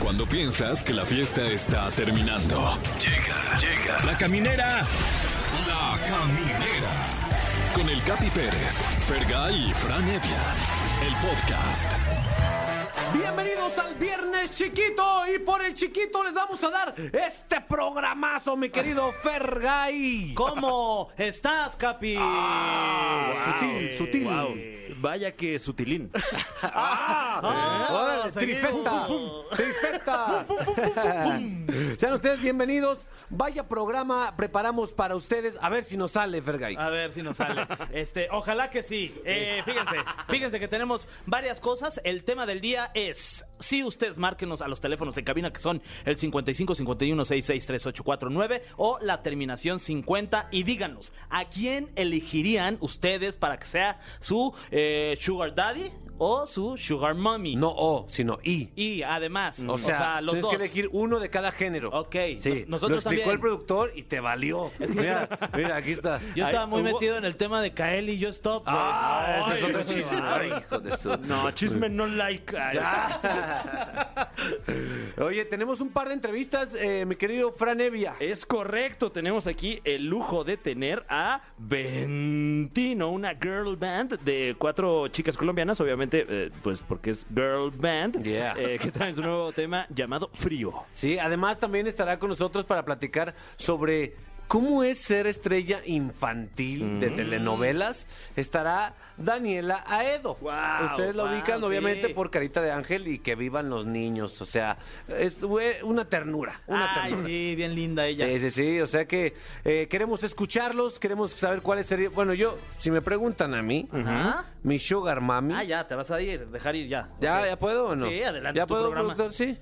Cuando piensas que la fiesta está terminando. Llega, llega. La caminera. La caminera. Con el Capi Pérez, Fergay y Fran Evia. El podcast. Bienvenidos al Viernes Chiquito y por el Chiquito les vamos a dar este programazo, mi querido Fergay. Ah, ¿Cómo estás, Capi? sutil, sutil. Wow. Vaya que sutilín. ¡Ah! Ah, ¡Órale, seguimos. trifecta! ¡Trifecta! Sean ustedes bienvenidos. Vaya programa preparamos para ustedes. A ver si nos sale, Fergay. A ver si nos sale. Este, ojalá que sí. Eh, fíjense, fíjense que tenemos varias cosas. El tema del día es, si ustedes márquenos a los teléfonos de cabina que son el 55 51 66 3849 o la terminación 50 y díganos, ¿a quién elegirían ustedes para que sea su eh, sugar daddy o su sugar mommy? No O, sino I. Y además, O sea, los tienes dos. que elegir uno de cada género. Ok. Sí. No- nosotros Lo explicó también. el productor y te valió. mira, mira, aquí está. Yo estaba Ay, muy hubo- metido en el tema de Kaeli y yo stop. güey. Ah, Ay, ese es otro güey. chiste. Ay, hijo de su- Pues, No, chisme no like. Ay, Oye, tenemos un par de entrevistas, eh, mi querido Fran Evia. Es correcto, tenemos aquí el lujo de tener a Ventino, una girl band de cuatro chicas colombianas, obviamente, eh, pues porque es girl band, Yeah. eh, que traen su nuevo tema llamado Frío. Sí, además también estará con nosotros para platicar sobre cómo es ser estrella infantil Mm. de telenovelas. Estará Daniela Aedo. Guau, Ustedes la guau, ubican sí. obviamente por Carita de Ángel y que vivan los niños. O sea, es fue una ternura, una Ay, ternura. sí, bien linda ella. Sí, sí, sí, o sea que eh, queremos escucharlos, queremos saber cuáles serían... Bueno, yo, si me preguntan a mí, Ajá. mi sugar mami... Ah, ya, te vas a ir, dejar ir ya. ¿Ya, Ok. ¿Ya puedo o no? Sí, adelante. ¿Ya es tu puedo, programa. productor? Sí.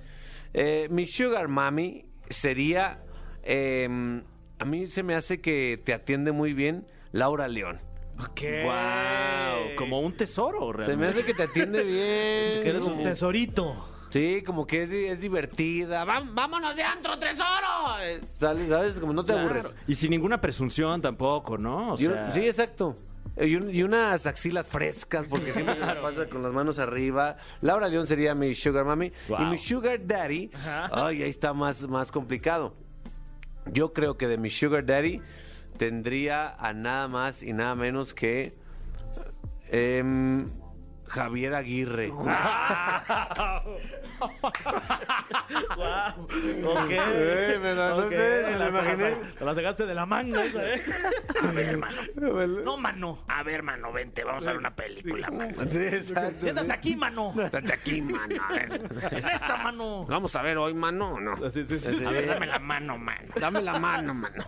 Eh, mi Sugar Mami sería. eh, a mí se me hace que te atiende muy bien Laura León. Wow, como un tesoro, Se me realmente. hace que te atiende bien. Que eres un como- tesorito. Sí, como que es, es divertida. ¡Vam- ¡Vámonos de antro, tesoro! Eh, sale, ¿Sabes? Como no te Claro. aburres. Y sin ninguna presunción tampoco, ¿no? O Y un- sea, sí, exacto. Eh, Y, un- y unas axilas frescas, porque siempre se la pasa con las manos arriba. Laura León sería mi sugar mami. Y Wow. mi sugar daddy, ay, ahí está más, más complicado. Yo creo que de mi sugar daddy tendría a nada más y nada menos que... em, Javier Aguirre. Wow. Eh, me la- no sé, me la imaginé. Te la sacaste de la manga esa, ¿eh? No, mano. A ver, mano, vente, vamos a ver una película, mano. Sí, exacto. Siéntate aquí, mano. Estate aquí, mano, a ver. En esta mano. Vamos a ver hoy, mano, o no. A ver, dame la mano, mano. Dame la mano, mano.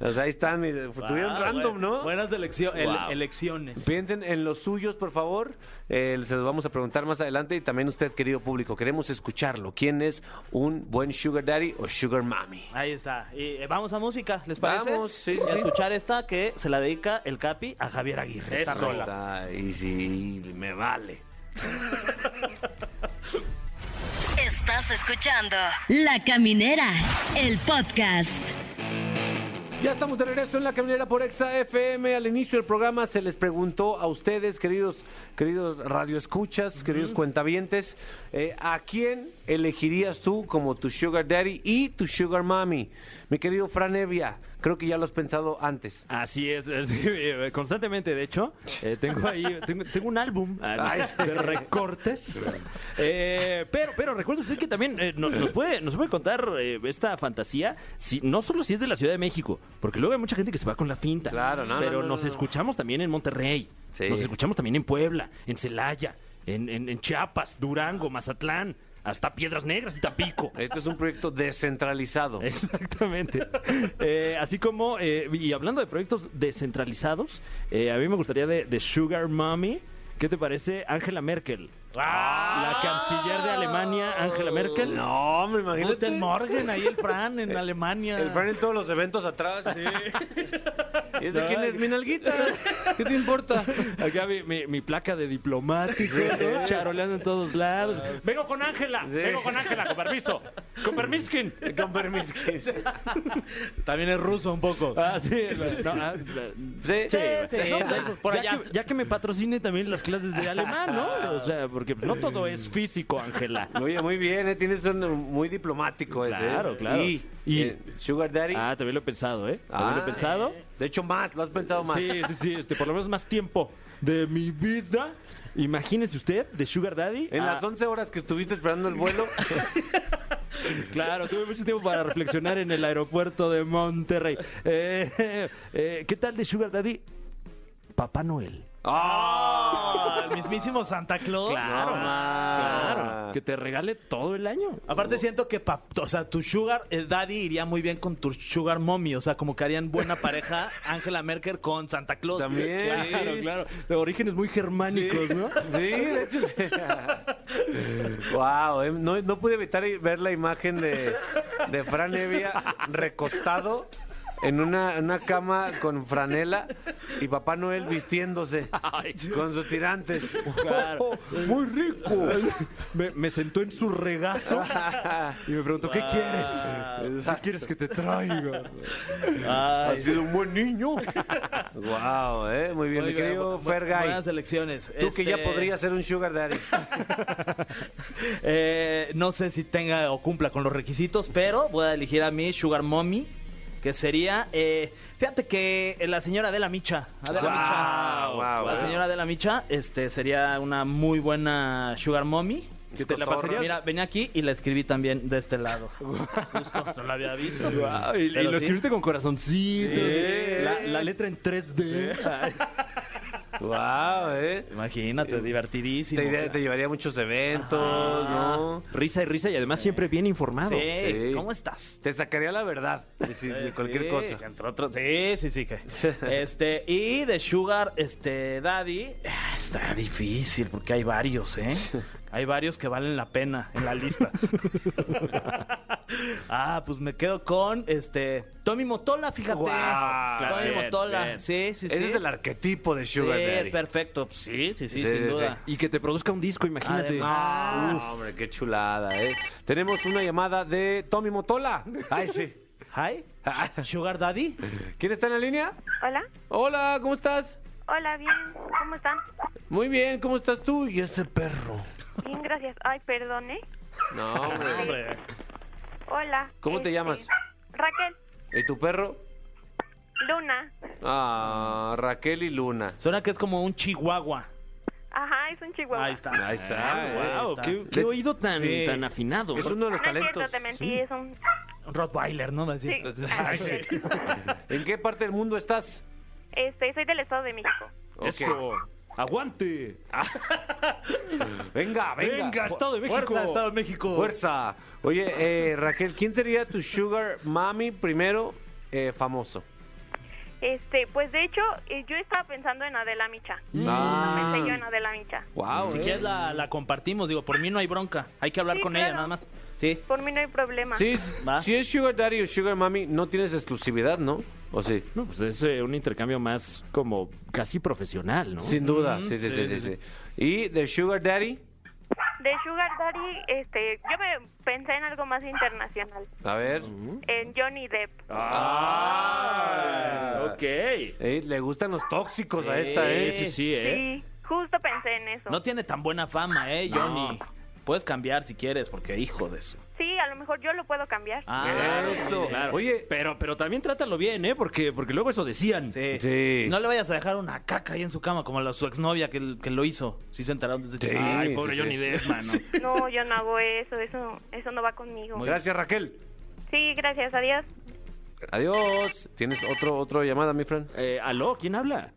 O sea, ahí están, mis, estuvieron Ah, random, bueno. ¿no? Buenas eleccio- el- Wow. elecciones. Piensen en los suyos, por favor. Eh, se los vamos a preguntar más adelante. Y también usted, querido público, queremos escucharlo. ¿Quién es un buen sugar daddy o sugar mommy? Ahí está. Y, eh, vamos a música, ¿les parece? Vamos, sí, Y a sí. escuchar esta que se la dedica el Capi a Javier Aguirre. Esta Ahí rola. está, y si me vale. Estás escuchando La Caminera, el podcast. Ya estamos de regreso en la caminera por Exa FM. Al inicio del programa se les preguntó a ustedes, queridos, queridos radioescuchas, queridos cuentavientes, eh, ¿a quién elegirías tú como tu sugar daddy y tu sugar mommy? Mi querido Fran Evia, creo que ya lo has pensado antes. Así es, es- eh, constantemente, de hecho, eh, tengo ahí, tengo, tengo un álbum ah, no, de recortes. Eh, pero, pero recuerda usted que también eh, no- nos, puede, nos puede contar eh, esta fantasía, si, no solo si es de la Ciudad de México, porque luego hay mucha gente que se va con la finta. Claro, no, Pero no, no, nos no. escuchamos también en Monterrey, Sí. nos escuchamos también en Puebla, en Celaya, en, en- en Chiapas, Durango, Mazatlán, hasta Piedras Negras y Tampico. Este es un proyecto descentralizado. Exactamente. Eh, así como, eh, y hablando de proyectos descentralizados, eh, a mí me gustaría de, de Sugar Mommy. ¿Qué te parece Angela Merkel? La canciller de Alemania, Angela Merkel. Ah. No, me imagino. Guten Morgen, ahí el Fran en Alemania. Eh, El Fran en todos los eventos atrás. ¿Y ese quién es? Mi nalguita. ¿Qué te importa? Acá mi, mi- mi placa de eh, diplomático, ¿no? charoleando en todos lados. Vengo con Ángela, Sí. vengo con Ángela, con permiso. Con permiskin. Con permiso. También es ruso un poco. Ah, sí. no, ah, Sí, sí, sí, no, sí, pues, por ya, allá. Que, ya que me patrocine también las clases de alemán, ¿no? O sea, porque no todo es físico, Ángela. Oye, muy bien, ¿eh? tienes un muy diplomático ese. ¿eh? Claro, claro. Y, Y- eh, Sugar Daddy. Ah, también lo he pensado, ¿eh? También lo Ah, he pensado. De hecho, más, lo has pensado más. Sí, sí, sí, este, por lo menos más tiempo de mi vida. Imagínese usted, de Sugar Daddy. En a- las 11 horas que estuviste esperando el vuelo, Claro, tuve mucho tiempo para reflexionar en el aeropuerto de Monterrey. Eh, eh, ¿Qué tal de Sugar Daddy? Papá Noel. Ah, el mismísimo Santa Claus. Claro, Ah. claro. Que te regale todo el año. Aparte siento que pa- o sea, tu sugar eh, daddy iría muy bien con tu sugar mommy, o sea, como que harían buena pareja Angela Merkel con Santa Claus. También. Claro, claro. De orígenes muy germánicos, ¿no? Sí, de hecho sí. wow, eh, no, no pude evitar i- ver la imagen de, de Fran Evia recostado en una, en una cama con franela y Papá Noel vistiéndose con sus tirantes. Claro. muy rico. Me, me sentó en su regazo y me preguntó, ¿qué quieres? ¿Qué quieres que te traiga? Ha sido un buen niño. wow, eh, muy bien, Muy mi querido bu- bu- Fergay. Buenas elecciones. Este- Tú que ya podrías ser un sugar daddy. Eh, no sé si tenga o cumpla con los requisitos, pero voy a elegir a mi sugar mommy, que sería, eh, fíjate que eh, la señora Adela Micha. Adela Guau, Micha. guau, eh. la guau. señora Adela Micha, este, sería una muy buena sugar mommy. Que te la Cotorra. pasarías- Mira, venía aquí y la escribí también de este lado. Justo, no la había visto. Guau, y, y Pero lo sí. escribiste con corazoncito. Sí. La, la letra en 3D. Ay, wow, eh. Imagínate, divertidísimo. Te, te llevaría a muchos eventos, ¿no? Risa y risa y además siempre bien informado. Sí, Sí. ¿cómo estás? Te sacaría la verdad de, si- de cualquier Sí, cosa. que entre otros- sí, sí, sí. que- este, y de Sugar, este, Daddy, ah, está difícil porque hay varios, ¿eh? Hay varios que valen la pena en la lista. ah, pues me quedo con, este, Tommy Motola, fíjate. Guau, Tommy bien, Motola, bien. sí, sí, sí. Ese es el arquetipo de Sí, Sugar Daddy. es perfecto. Pues Sí, sí, sí, Sí, sin sí, duda. Y que te produzca un disco, imagínate. Además. Ah, hombre, qué chulada, ¿eh? Tenemos una llamada de Tommy Motola. Ay, sí. Hi, Sugar Daddy. ¿Quién está en la línea? Hola, Hola, ¿cómo estás? hola, bien, ¿cómo están? Muy bien, ¿cómo estás tú y ese perro? Bien, gracias. Ay, perdone. No, hombre. Hola. Eh, ¿Cómo te llamas? Raquel, ¿Y tu perro? Luna. Ah, Raquel y Luna. Suena que es como un chihuahua. Ajá, es un chihuahua. Ahí está. Ahí está, Ah, ¿eh? guau, Está. qué- qué, qué oído tan, Sí. tan afinado. Es uno de los Ah, No es cierto, talentos. te mentí, es un... Un Rottweiler, ¿no? Así. Sí. Ay, sí. ¿En qué parte del mundo estás? Este, soy del Estado de México. Eso. Aguante. Venga, venga. Venga, Estado de México. Fuerza, Estado de México. Fuerza. Oye, eh, Raquel, ¿quién sería tu sugar mami primero eh, famoso? Este, pues de hecho, eh, yo estaba pensando en Adela Micha. Ah. Pensé yo en Adela Micha. Wow. Si quieres la, la compartimos, digo, por mí no hay bronca. Hay que hablar Sí, con claro. ella nada más. Sí. Por mí no hay problema. Sí, Va. si es sugar daddy o sugar mami, no tienes exclusividad, ¿no? ¿O sí? No, pues es eh, un intercambio más como casi profesional, ¿no? Sin duda. sí, sí, sí, sí, sí. ¿Y de sugar daddy? De Sugar Daddy, este, yo me pensé en algo más internacional. A ver. En Johnny Depp. Ah. Ok. Sí, Eh, le gustan los tóxicos a esta, ¿eh? sí, sí, ¿eh? Sí, justo pensé en eso. No tiene tan buena fama, ¿eh, Johnny? Puedes cambiar si quieres, porque hijo de eso. Sí, a lo mejor yo lo puedo cambiar. Eso. Claro. Oye, pero, pero también trátalo bien, ¿eh? Porque, porque luego eso decían. Sí. Sí. No le vayas a dejar una caca ahí en su cama, como la, su exnovia que, que lo hizo. Sí se enteraron desde Sí. chiquito. Sí, Ay, pobre sí, Johnny sí. Depp, mano. No, yo no hago eso, eso, eso no va conmigo. gracias, Raquel. Sí, gracias, adiós. Adiós. ¿Tienes otro, otro llamada, mi friend? Eh, ¿Aló? ¿Quién habla?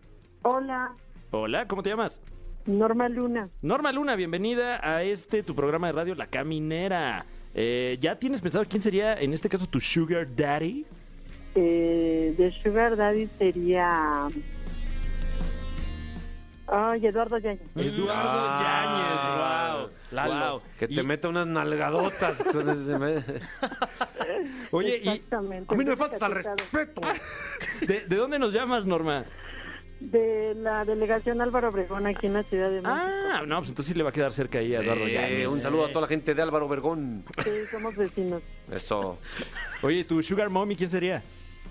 Hola, Hola, ¿cómo te llamas? Norma Luna. Norma Luna, bienvenida a este tu programa de radio La Caminera. Eh, ¿Ya tienes pensado quién sería en este caso tu sugar daddy? Eh, de Sugar Daddy sería. Ay, Eduardo Yañez. Eduardo Ah. Yáñez, wow. Lalo. Que te Y- meta unas nalgadotas. con ese- Oye, y Exactamente. A mí no me falta el Cachetado. respeto. ¿de, de dónde nos llamas, Norma? de la delegación Álvaro Obregón aquí en la Ciudad de México. Ah, no, pues entonces sí le va a quedar cerca ahí a Eduardo Eh, Yáñez. un saludo a toda la gente de Álvaro Vergón. Sí, somos vecinos. Eso. Oye, ¿tu Sugar Mommy quién sería?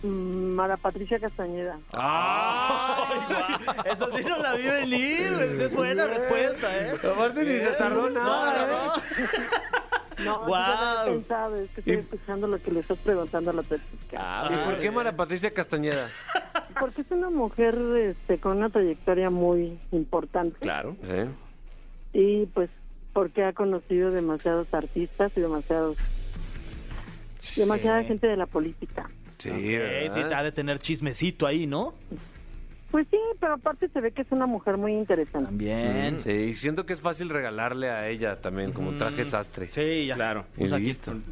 Mm, Mara Patricia Castañeda. Ah. Eso sí no la vi venir, güey. Es buena respuesta, ¿eh? Aparte ni se tardó nada, ¿eh? No, no, No, Guau. no he pensado, es que estoy escuchando lo que le estás preguntando a la persona. Ah, ¿Y por qué Mara Patricia Castañeda? Porque es una mujer este, con una trayectoria muy importante. Claro. Sí. Y pues porque ha conocido demasiados artistas y demasiados demasiada gente de la política. Sí, no. Sí, ha de tener chismecito ahí, ¿no? Pues sí, pero aparte se ve que es una mujer muy interesante. También. Sí, y siento que es fácil regalarle a ella también, como un traje sastre. Sí, ya. Claro. Y Pues aquí listo. Un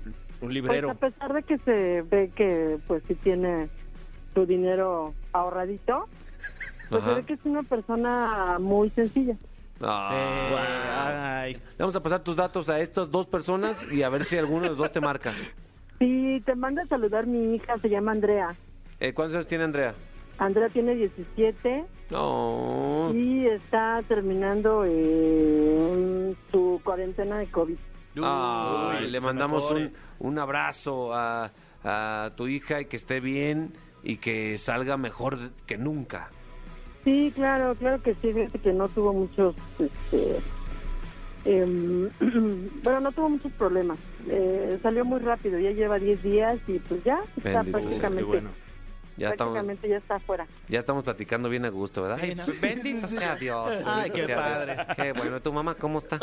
Pues a librero. pesar de que se ve que pues sí tiene su dinero ahorradito, pues Ajá. se ve que es una persona muy sencilla. Eh, Ah. ay. Vamos a pasar tus datos a estas dos personas y a ver si alguno de los dos te marca. Sí, te manda a saludar mi hija, se llama Andrea. Eh, ¿Cuántos años tiene Andrea? Andrea tiene 17 No. y está terminando eh, su cuarentena de COVID. Ay, le se mandamos mejore. un, un abrazo a, a tu hija y que esté bien y que salga mejor que nunca. Sí, claro, claro que sí, fíjate que no tuvo muchos, este, em, bueno, no tuvo muchos problemas. Eh, salió muy rápido, ya lleva 10 días y pues ya está Bendito sea, prácticamente, Qué bueno. Ya estamos, prácticamente ya está afuera. ya estamos platicando bien a gusto, ¿verdad? Ay, ¿no? Bendito sea Dios. Ay, bendito qué sea Dios. Qué bueno, tu mamá, ¿cómo está?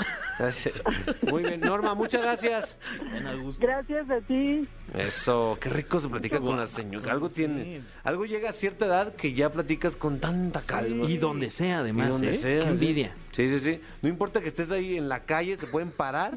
Muy bien, Norma, muchas gracias. Bien a gusto. Gracias a ti. Eso, qué rico se platica con las señoras. Algo tiene, algo llega a cierta edad que ya platicas con tanta calma. Y donde sea, además. Y donde ¿eh? sea, Qué sí. envidia. Sí, sí, sí. No importa que estés ahí en la calle, se pueden parar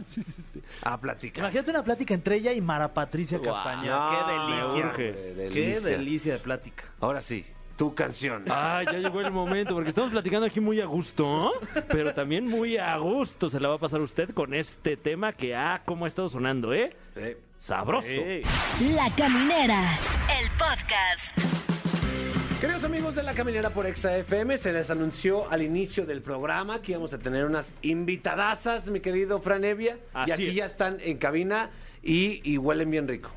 a platicar. Imagínate una plática entre ella y Mara Patricia Guau. Castaña. No, Qué delicia. hombre, Qué delicia. delicia de plática. Ahora sí, tu canción. Ah, ya llegó el momento, porque estamos platicando aquí muy a gusto, pero también muy a gusto se la va a pasar usted con este tema que, ah, cómo ha estado sonando, ¿eh? Sí. Sabroso. La Caminera, el podcast. Queridos amigos de La Caminera por Exa FM, se les anunció al inicio del programa que íbamos a tener unas invitadasas, mi querido Fran Evia. Así y aquí es. ya están en cabina y, y huelen bien rico.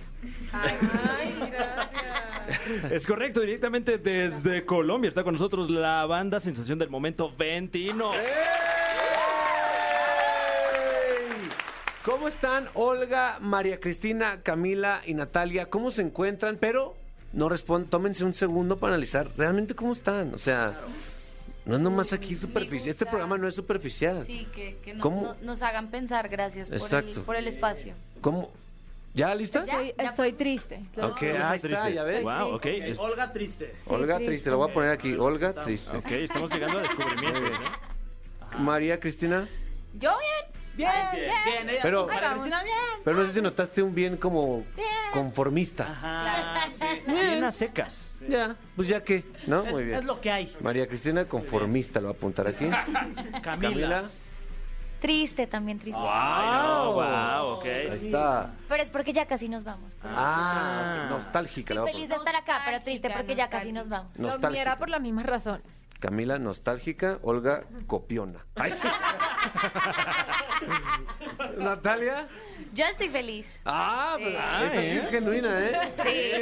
Es correcto, directamente desde Colombia está con nosotros la banda Sensación del Momento Ventino. ¡Ey! ¿Cómo están Olga, María Cristina, Camila y Natalia? ¿Cómo se encuentran? Pero no responden, tómense un segundo para analizar realmente cómo están. O sea, no es nomás aquí superficial. Este gusta. programa no es superficial. Sí, que, que no- ¿Cómo? no- nos hagan pensar, gracias por el, Exacto. por el espacio. ¿Cómo? ¿Ya listas? Estoy, estoy triste. lo Ok, ah, siento. ahí está, ya ves. Wow, ok. Estoy es- Olga Triste. Sí, Olga triste, lo voy a poner aquí. Olga triste. ok, estamos llegando a descubrimientos. ¿eh? María Cristina, Yo bien. Bien, bien. ella. Pero- Ahí vamos. pero no sé si notaste un bien como conformista. Ah, Claro. Bien a secas. Ya, pues ya que, ¿no? Muy bien. Es lo que hay. María Cristina, conformista, lo va a apuntar aquí. Camila. Camila, Triste, también triste. Wow, wow, ok. ahí está. Pero es porque ya casi nos vamos. Ah, nostálgica. la va a Feliz de estar acá, pero triste porque ya casi nos vamos. poner. nostálgica. las mismas razones. Camila, nostálgica. Olga, copiona. Ay, sí. Natalia. Yo estoy feliz. Ah, pues, Sí. ah, esa sí es genuina, ¿eh?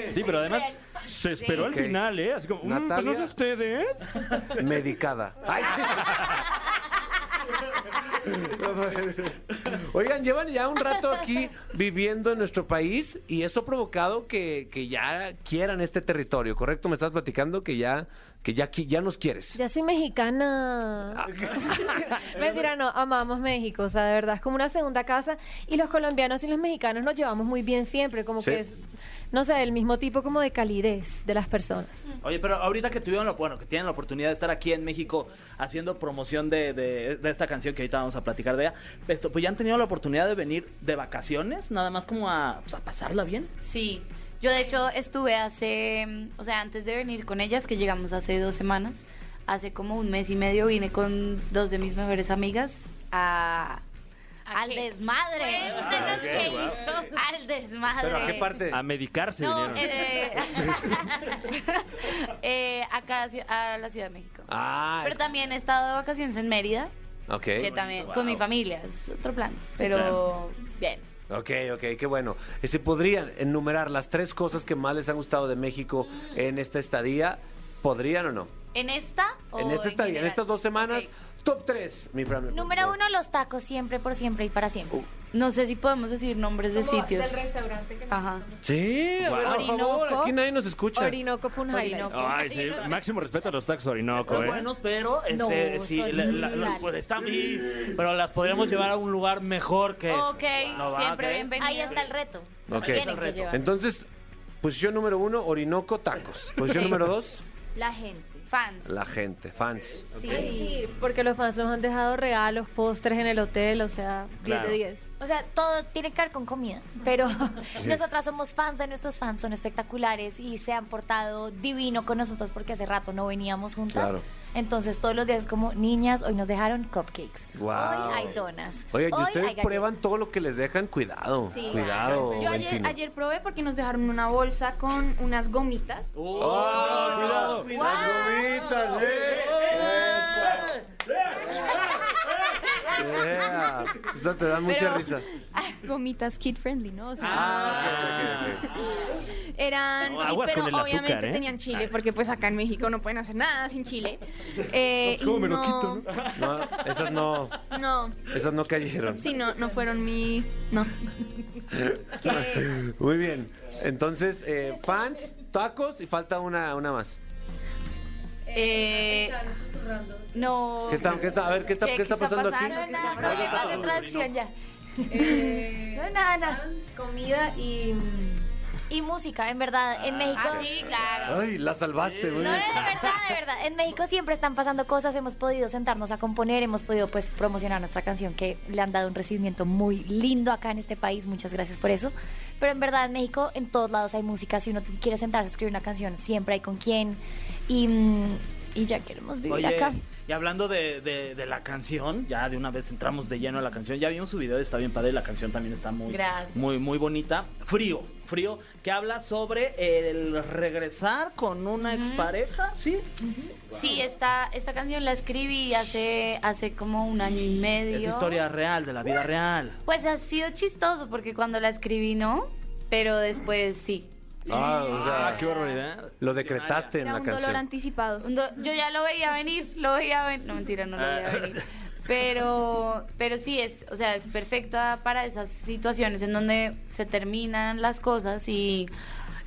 Sí. Sí, pero además se esperó al Ok. final, ¿eh? Así como, mm, pues no sé Natalia. ustedes. Medicada. Ay, sí. Oigan, llevan ya un rato aquí viviendo en nuestro país y eso ha provocado que, que ya quieran este territorio, ¿correcto? Me estás platicando que ya que ya, qui- ya nos quieres. Ya soy mexicana. Mentira, no, amamos México, o sea, de verdad es como una segunda casa y los colombianos y los mexicanos nos llevamos muy bien siempre, como Sí. que es, no sé, el mismo tipo como de calidez de las personas. Oye, pero ahorita que tuvieron lo bueno, que tienen la oportunidad de estar aquí en México haciendo promoción de, de- de esta canción que ahorita vamos a platicar de ella, esto, pues ya han tenido la oportunidad de venir de vacaciones, nada más como a, pues, a pasarla bien. Sí. Yo de hecho estuve hace, mm, o sea, antes de venir con ellas, que llegamos hace dos semanas, hace como un mes y medio vine con dos de mis mejores amigas a, Al desmadre. Cuéntanos Ah, qué ok, guau. hizo. Al desmadre. A medicarse No, vinieron. eh, eh, acá a Ciu- a la Ciudad de México. Ah, Pero es- también he estado de vacaciones en Mérida, ok. que también Wow. con mi familia, es otro plan. Pero claro. bien. Ok, ok, qué bueno. Eh, Si podrían enumerar las tres cosas que más les han gustado de México en esta estadía, ¿podrían o no? ¿En esta? O en esta estadía, en general? estas dos semanas, top tres, mi Fran, por Número favor. Uh. uno, los tacos siempre, por siempre y para siempre. No sé si podemos decir nombres de Como sitios. del restaurante que Ajá. Eh, Sí, a ver, por Orinoco. favor, aquí nadie nos escucha. Orinoco fue un highlight. Ay, sí, máximo respeto a los tacos Orinoco, Están ¿eh? buenos, pero este, No, sí, son la- la- ilegales. los- pues, están bien, pero las podríamos llevar a un lugar mejor que eso. Ok, ¿No va? siempre ¿Ok? bienvenido. Ahí está el reto. Ok. Tienen que llevar. Entonces, posición número uno, Orinoco, tacos. Posición Sí. número dos, La gente. Fans. la gente, fans. Sí, porque los fans nos han dejado regalos, postres en el hotel, o sea, 10 Claro. de 10. O sea, todo tiene que ver con comida, pero nosotras somos fans de nuestros fans, son espectaculares y se han portado divino con nosotros porque hace rato no veníamos juntas. Claro. Entonces todos los días es como niñas, hoy nos dejaron cupcakes. Wow. Hoy hay donas. Oye, y hoy ustedes hay galletas. prueban todo lo que les dejan, cuidado, Sí. Oh, cuidado, Yo ayer, Valentino. ayer probé porque nos dejaron una bolsa con unas gomitas. ¡Oh, cuidado! Wow. ¡Las gomitas, eh! Yeah. Esas te dan mucha Pero- ah, risa. Gomitas kid friendly, ¿no? O sea, Ah, Eran, No, aguas pero con el azúcar, obviamente ¿eh? tenían chile, porque pues acá en México no pueden hacer nada sin chile. Eh, Pues, ¿cómo y me lo no, quito, No, esas no, No, esas no cayeron. sí, no, no fueron mi, Eh, no. Muy bien. Entonces, eh, fans, tacos y falta una, una más. Eh, no. ¿Qué está- qué está- a ver, qué está- qué está pasando aquí? Ah, No, nada, No, ya está problemas de pasando. traducción ya. No, nada, nada. Comida y... Y música, en verdad, en México... Ah, sí, claro. Ay, la salvaste, muy No, no, bien. de verdad, de verdad. En México siempre están pasando cosas. Hemos podido sentarnos a componer, hemos podido pues promocionar nuestra canción que le han dado un recibimiento muy lindo acá en este país. Muchas gracias por eso. Pero en verdad en México en todos lados hay música. Si uno quiere sentarse a escribir una canción, siempre hay con quién. Y, mm, y ya queremos vivir Oye, acá. y hablando de, de- de la canción, ya de una vez entramos de lleno a la canción. Ya vimos su video, está bien padre, la canción también está muy, Gracias. muy, muy bonita. Frío, frío, que habla sobre el regresar con una expareja, ¿sí? Sí, esta, esta canción la escribí hace, hace como un año y medio. Es historia real, de la vida real. Pues ha sido chistoso porque cuando la escribí no, pero después sí. Ah, o sea, Ah, qué barbaridad. Lo decretaste en la canción. anticipado. yo ya lo veía venir, lo veía venir. No, mentira, no lo veía Ah. venir. Pero, pero sí es, o sea, es perfecta para esas situaciones en donde se terminan las cosas y,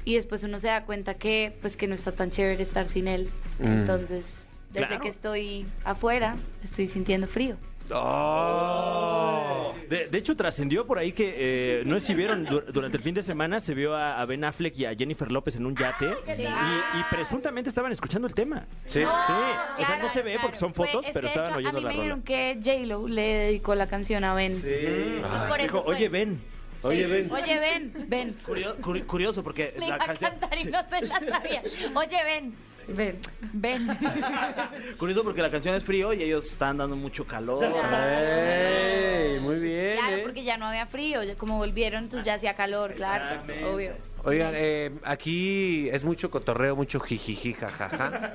y después uno se da cuenta que, pues, que no está tan chévere estar sin él. Mm. Entonces, desde Claro. que estoy afuera, estoy sintiendo frío. Ah. Oh. De, de hecho, trascendió por ahí que, eh, no sé si vieron, du- durante el fin de semana se vio a, a Ben Affleck y a Jennifer López en un yate qué y, tal. y presuntamente estaban escuchando el tema. Sí, No, sí. o sea, claro, no se ve claro. porque son Fue- fotos, es pero que, de estaban hecho, oyendo A mí la me dijeron rola. que J-Lo le dedicó la canción a Ben. Ay, Por Ah, dijo, eso fue. oye, Ben. Sí. Oye, Ben, Ben. Curio- curi- curioso, porque Le la iba a canción- cantar y no se la sabía. Oye, ven. Ven, ven. Curioso porque la canción es frío y ellos están dando mucho calor. Ey, muy bien. Claro, ¿eh? porque ya no había frío, ya como volvieron, entonces ya hacía calor, claro, obvio. Oigan, eh, aquí es mucho cotorreo, mucho jijiji, jajaja.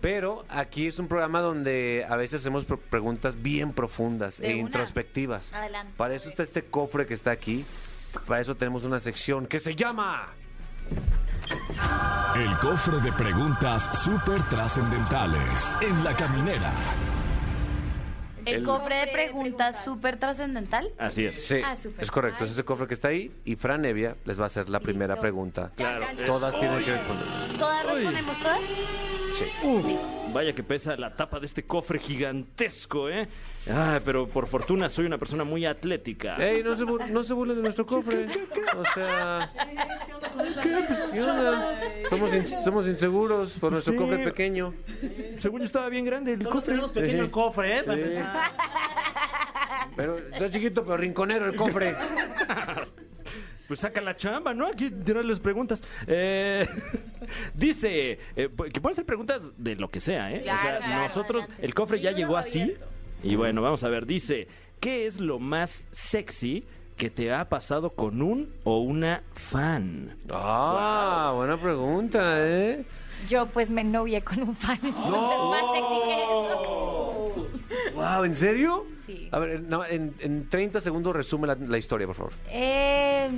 Pero aquí es un programa donde a veces hacemos pro- preguntas bien profundas De e una. introspectivas. Adelante. Para eso está este cofre que está aquí. Para eso tenemos una sección que se llama. El cofre de preguntas súper trascendentales en la caminera. El, cofre de preguntas súper trascendental. Así es. Sí, Ah, súper. es correcto. Es ese cofre que está ahí. Y Fran Evia les va a hacer la primera pregunta. Claro. Todas tienen que responder. ¿Todas respondemos todas? Vaya que pesa la tapa de este cofre gigantesco, ¿eh? Ah, pero por fortuna soy una persona muy atlética. ¡Ey, no se, bu- no se burlen de nuestro cofre! O sea. ¿qué onda? Somos, in- somos inseguros por nuestro Sí. cofre pequeño. Según yo estaba bien grande el cofre. tenemos pequeño el cofre, ¿eh? Para Sí. Pero está chiquito, pero rinconero el cofre. Pues saca la chamba, ¿no? Aquí tirar las preguntas. Eh, dice eh, pu- que pueden ser preguntas de lo que sea, ¿eh? o Claro, sea, claro, nosotros, adelante. el cofre ya llegó así. Y bueno, vamos a ver, dice, ¿Qué es lo más sexy que te ha pasado con un o una fan? Ah, buena pregunta, ¿eh? Yo pues me novié con un fan. Entonces, más sexy que eso. Wow, ¿en serio? Sí. A ver, no, en, en 30 segundos resume la, la historia, por favor. Eh,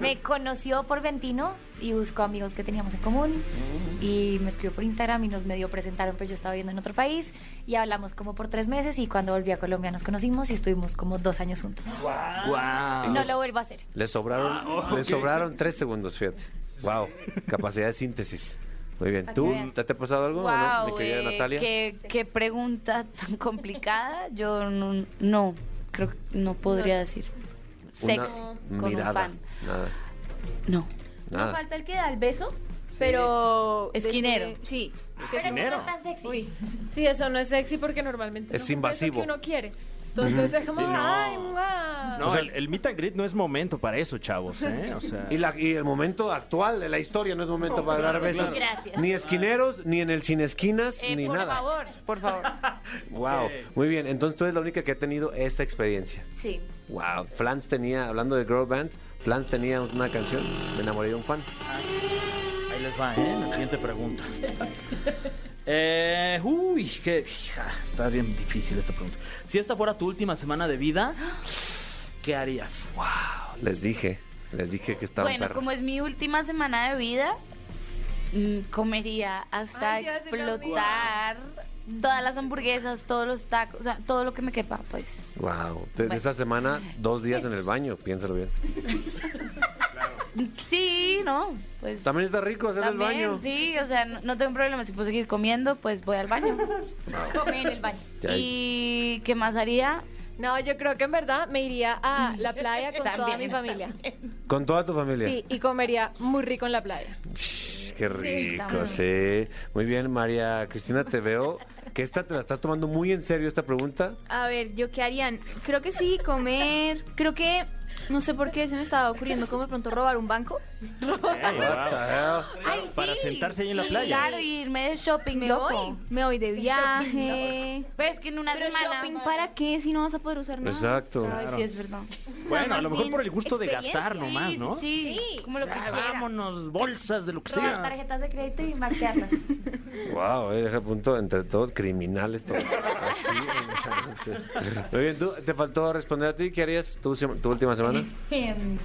me conoció por Ventino y buscó amigos que teníamos en común y me escribió por Instagram y nos medio presentaron, pero yo estaba viviendo en otro país y hablamos como por tres meses y cuando volví a Colombia nos conocimos y estuvimos como dos años juntos. Wow. No lo vuelvo a hacer. Le sobraron, Ah, le sobraron tres segundos, fíjate. Wow, capacidad de síntesis. Muy bien. Para que ¿Tú veas. te, te ha pasado algo, o no, Wow, mi querida eh, Natalia? qué, qué pregunta tan complicada. Yo no, no, creo que no podría decir. Una Sex con mirada. un fan. Nada. No. No Nada. falta el que da el beso, pero... Esquinero. desde- Sí. Pero eso no es tan sexy. Sí, eso no es sexy porque normalmente Es no compra eso invasivo. que uno quiere. Entonces Ujú. es como, Sí, no. ay, guau. No, Pues el, el meet and greet no es momento para eso, chavos, ¿eh? O sea... Y, la- y el momento actual de la historia no es momento para dar claro, besos. claro. Gracias. Ni esquineros, ni en el sin esquinas, Eh, ni por nada. favor, por favor. Wow, muy bien. Entonces tú eres la única que ha tenido esa experiencia. Sí. Wow, Flans tenía, hablando de girl bands, Flans tenía una canción, Me enamoré de un fan. Ahí les va, ¿eh? La siguiente pregunta. Eh, uy, qué... hija, está bien difícil esta pregunta. Si esta fuera tu última semana de vida, ¿qué harías? Les dije, les dije que estaban Bueno, perros. como es mi última semana de vida, mm, comería hasta Ay, ya se me explotar todas las hamburguesas, todos los tacos, o sea, todo lo que me quepa, pues. Wow, de, de Bueno. esta semana, dos días en el baño, piénsalo bien. Sí, no, pues. También está rico hacer el También, baño. sí, o sea, no, no tengo problema. Si puedo seguir comiendo, pues voy al baño. Comí en el baño. Ya. ¿Y qué más haría? No, yo creo que en verdad Ah, me iría a la playa con toda También, mi familia. Con toda tu familia. Sí, y comería muy rico en la playa. Shh, Qué rico, también. Eh, sí. Muy bien, María Cristina, te veo que esta te la estás tomando muy en serio esta pregunta. A ver, ¿yo qué harían? Creo que sí, comer... Creo que... No sé por qué se me estaba ocurriendo como de pronto robar un banco. Ay, Para sí. sentarse ahí en la Sí, playa. Claro, y irme de shopping, Me loco. voy, me voy de viaje. Pero es que en una Pero semana- shopping, ¿para qué si no vas a poder usar nada? Exacto. Ay, Claro. sí, es verdad. Bueno, a más lo mejor bien por el gusto de gastar experiencia. nomás, ¿no? Sí, como lo que Ah, quiera. vámonos, bolsas de lo que Robar sea. tarjetas de crédito y maxearlas. Wow, eh, deja punto entre todos criminales. todos. Aquí en los anuncios. Muy bien, ¿tú, te faltó responder a ti. ¿Qué harías tu, sema- tu última semana? Em,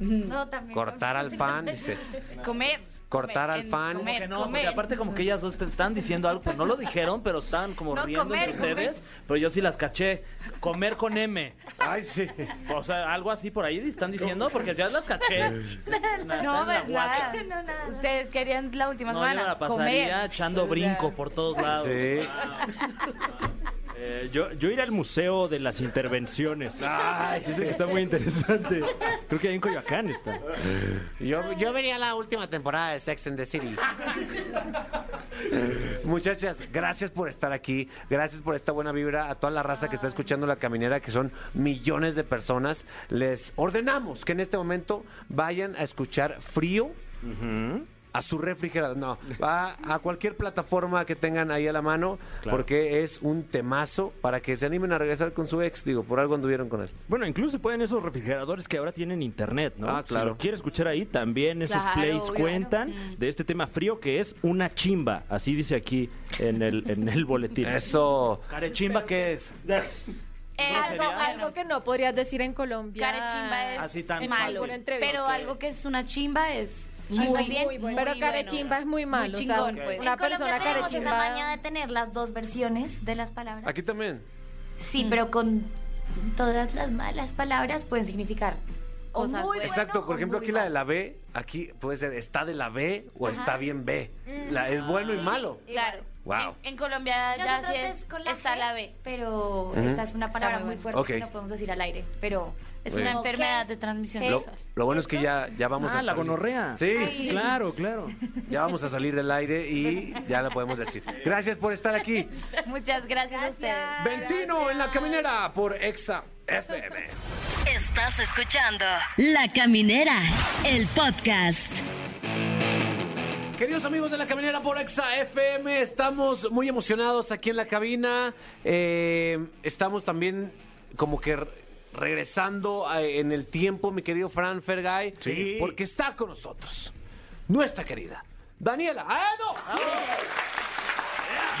no, también. Cortar al fan, dice. Mm. Comer. Cortar al en- fan. comer, Que no, porque comer. aparte como que ellas dos te están diciendo algo, pues no lo dijeron, pero estaban como No, riendo comer, de ustedes, pero yo sí las caché. Comer con M. Ay, sí. O sea, algo así por ahí están diciendo, porque ya las caché. No, Nada, pues nada. nada. Ustedes querían la última No, yo semana. me la pasaría comer. echando brinco por todos lados. Sí. Eh, yo, yo iré al Museo de las Intervenciones. Ay, Dicen que está muy interesante. Creo que ahí en Coyoacán está. Yo, yo vería la última temporada de Sex and the City. Muchachas, gracias por estar aquí. Gracias por esta buena vibra a toda la raza que está escuchando La Caminera, que son millones de personas. Les ordenamos que en este momento vayan a escuchar Frío. A su refrigerador, no, a, a cualquier plataforma que tengan ahí a la mano, Claro. porque es un temazo para que se animen a regresar con su ex, digo, por algo anduvieron con él. Bueno, incluso pueden esos refrigeradores que ahora tienen internet, ¿no? Ah, claro. Si lo quiere escuchar ahí, también esos Claro, plays claro. cuentan de este tema frío que es una chimba. Así dice aquí en el, en el boletín. Eso. Carechimba, ¿qué es? Eh, Algo, algo que no podrías decir en Colombia. Carechimba es Así tan en malo. alguna entrevista. Pero algo que es una chimba es Chimba muy es bien, bien. muy pero bueno. carechimba es muy malo. Muy o chingón, sea, pues. Una en Colombia persona tenemos esa maña carechimba. de tener las dos versiones de las palabras. Aquí también. Sí, pero con todas las malas palabras pueden significar cosas. muy buenas. Exacto, por ejemplo, muy aquí la de la B, aquí puede ser está de la B o está bien B. Mm. Mm. La, es bueno y malo. Claro. Wow. En Colombia ya Nosotros sí es es, con la está G, la B. Pero Ujú. esa es una Está palabra muy muy bueno. fuerte que Ok. no podemos decir al aire, pero Es Muy una bien. enfermedad de transmisión Lo, sexual. lo bueno es que ya, ya vamos a Ah, la salir. gonorrea. Sí, Sí, Claro, claro. ya vamos a salir del aire y ya la podemos decir. Gracias por estar aquí. Muchas gracias, a ustedes. Ventino en la caminera por Exa FM. Estás escuchando La Caminera, el podcast. Queridos amigos de la caminera por Exa FM, estamos muy emocionados aquí en la cabina. Eh, estamos también como que re- regresando a- en el tiempo, mi querido Fran Fergay, Sí. porque está con nosotros nuestra querida Daniela ¡ah, Aedo.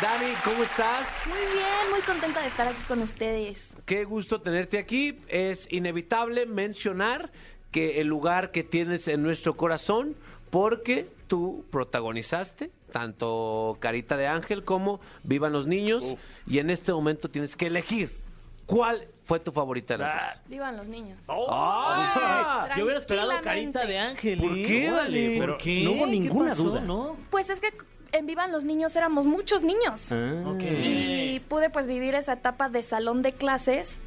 Dani, ¿cómo estás? Muy bien, muy contenta de estar aquí con ustedes. Qué gusto tenerte aquí. Es inevitable mencionar que el lugar que tienes en nuestro corazón, porque tú protagonizaste tanto Carita de Ángel como Vivan los Niños, y en este momento tienes que elegir cuál fue tu favorita. de las dos. Vivan los niños. ¡Ay! ¡Ah! Yo hubiera esperado Tranquilamente. carita de ángel. ¿Por ¿eh? qué, Órale, Dani? ¿por ¿Por qué? qué? No hubo ¿Qué ninguna pasó, duda. ¿no? Pues es que en Vivan los niños éramos muchos niños. Ah. Y pude pues vivir esa etapa de salón de clases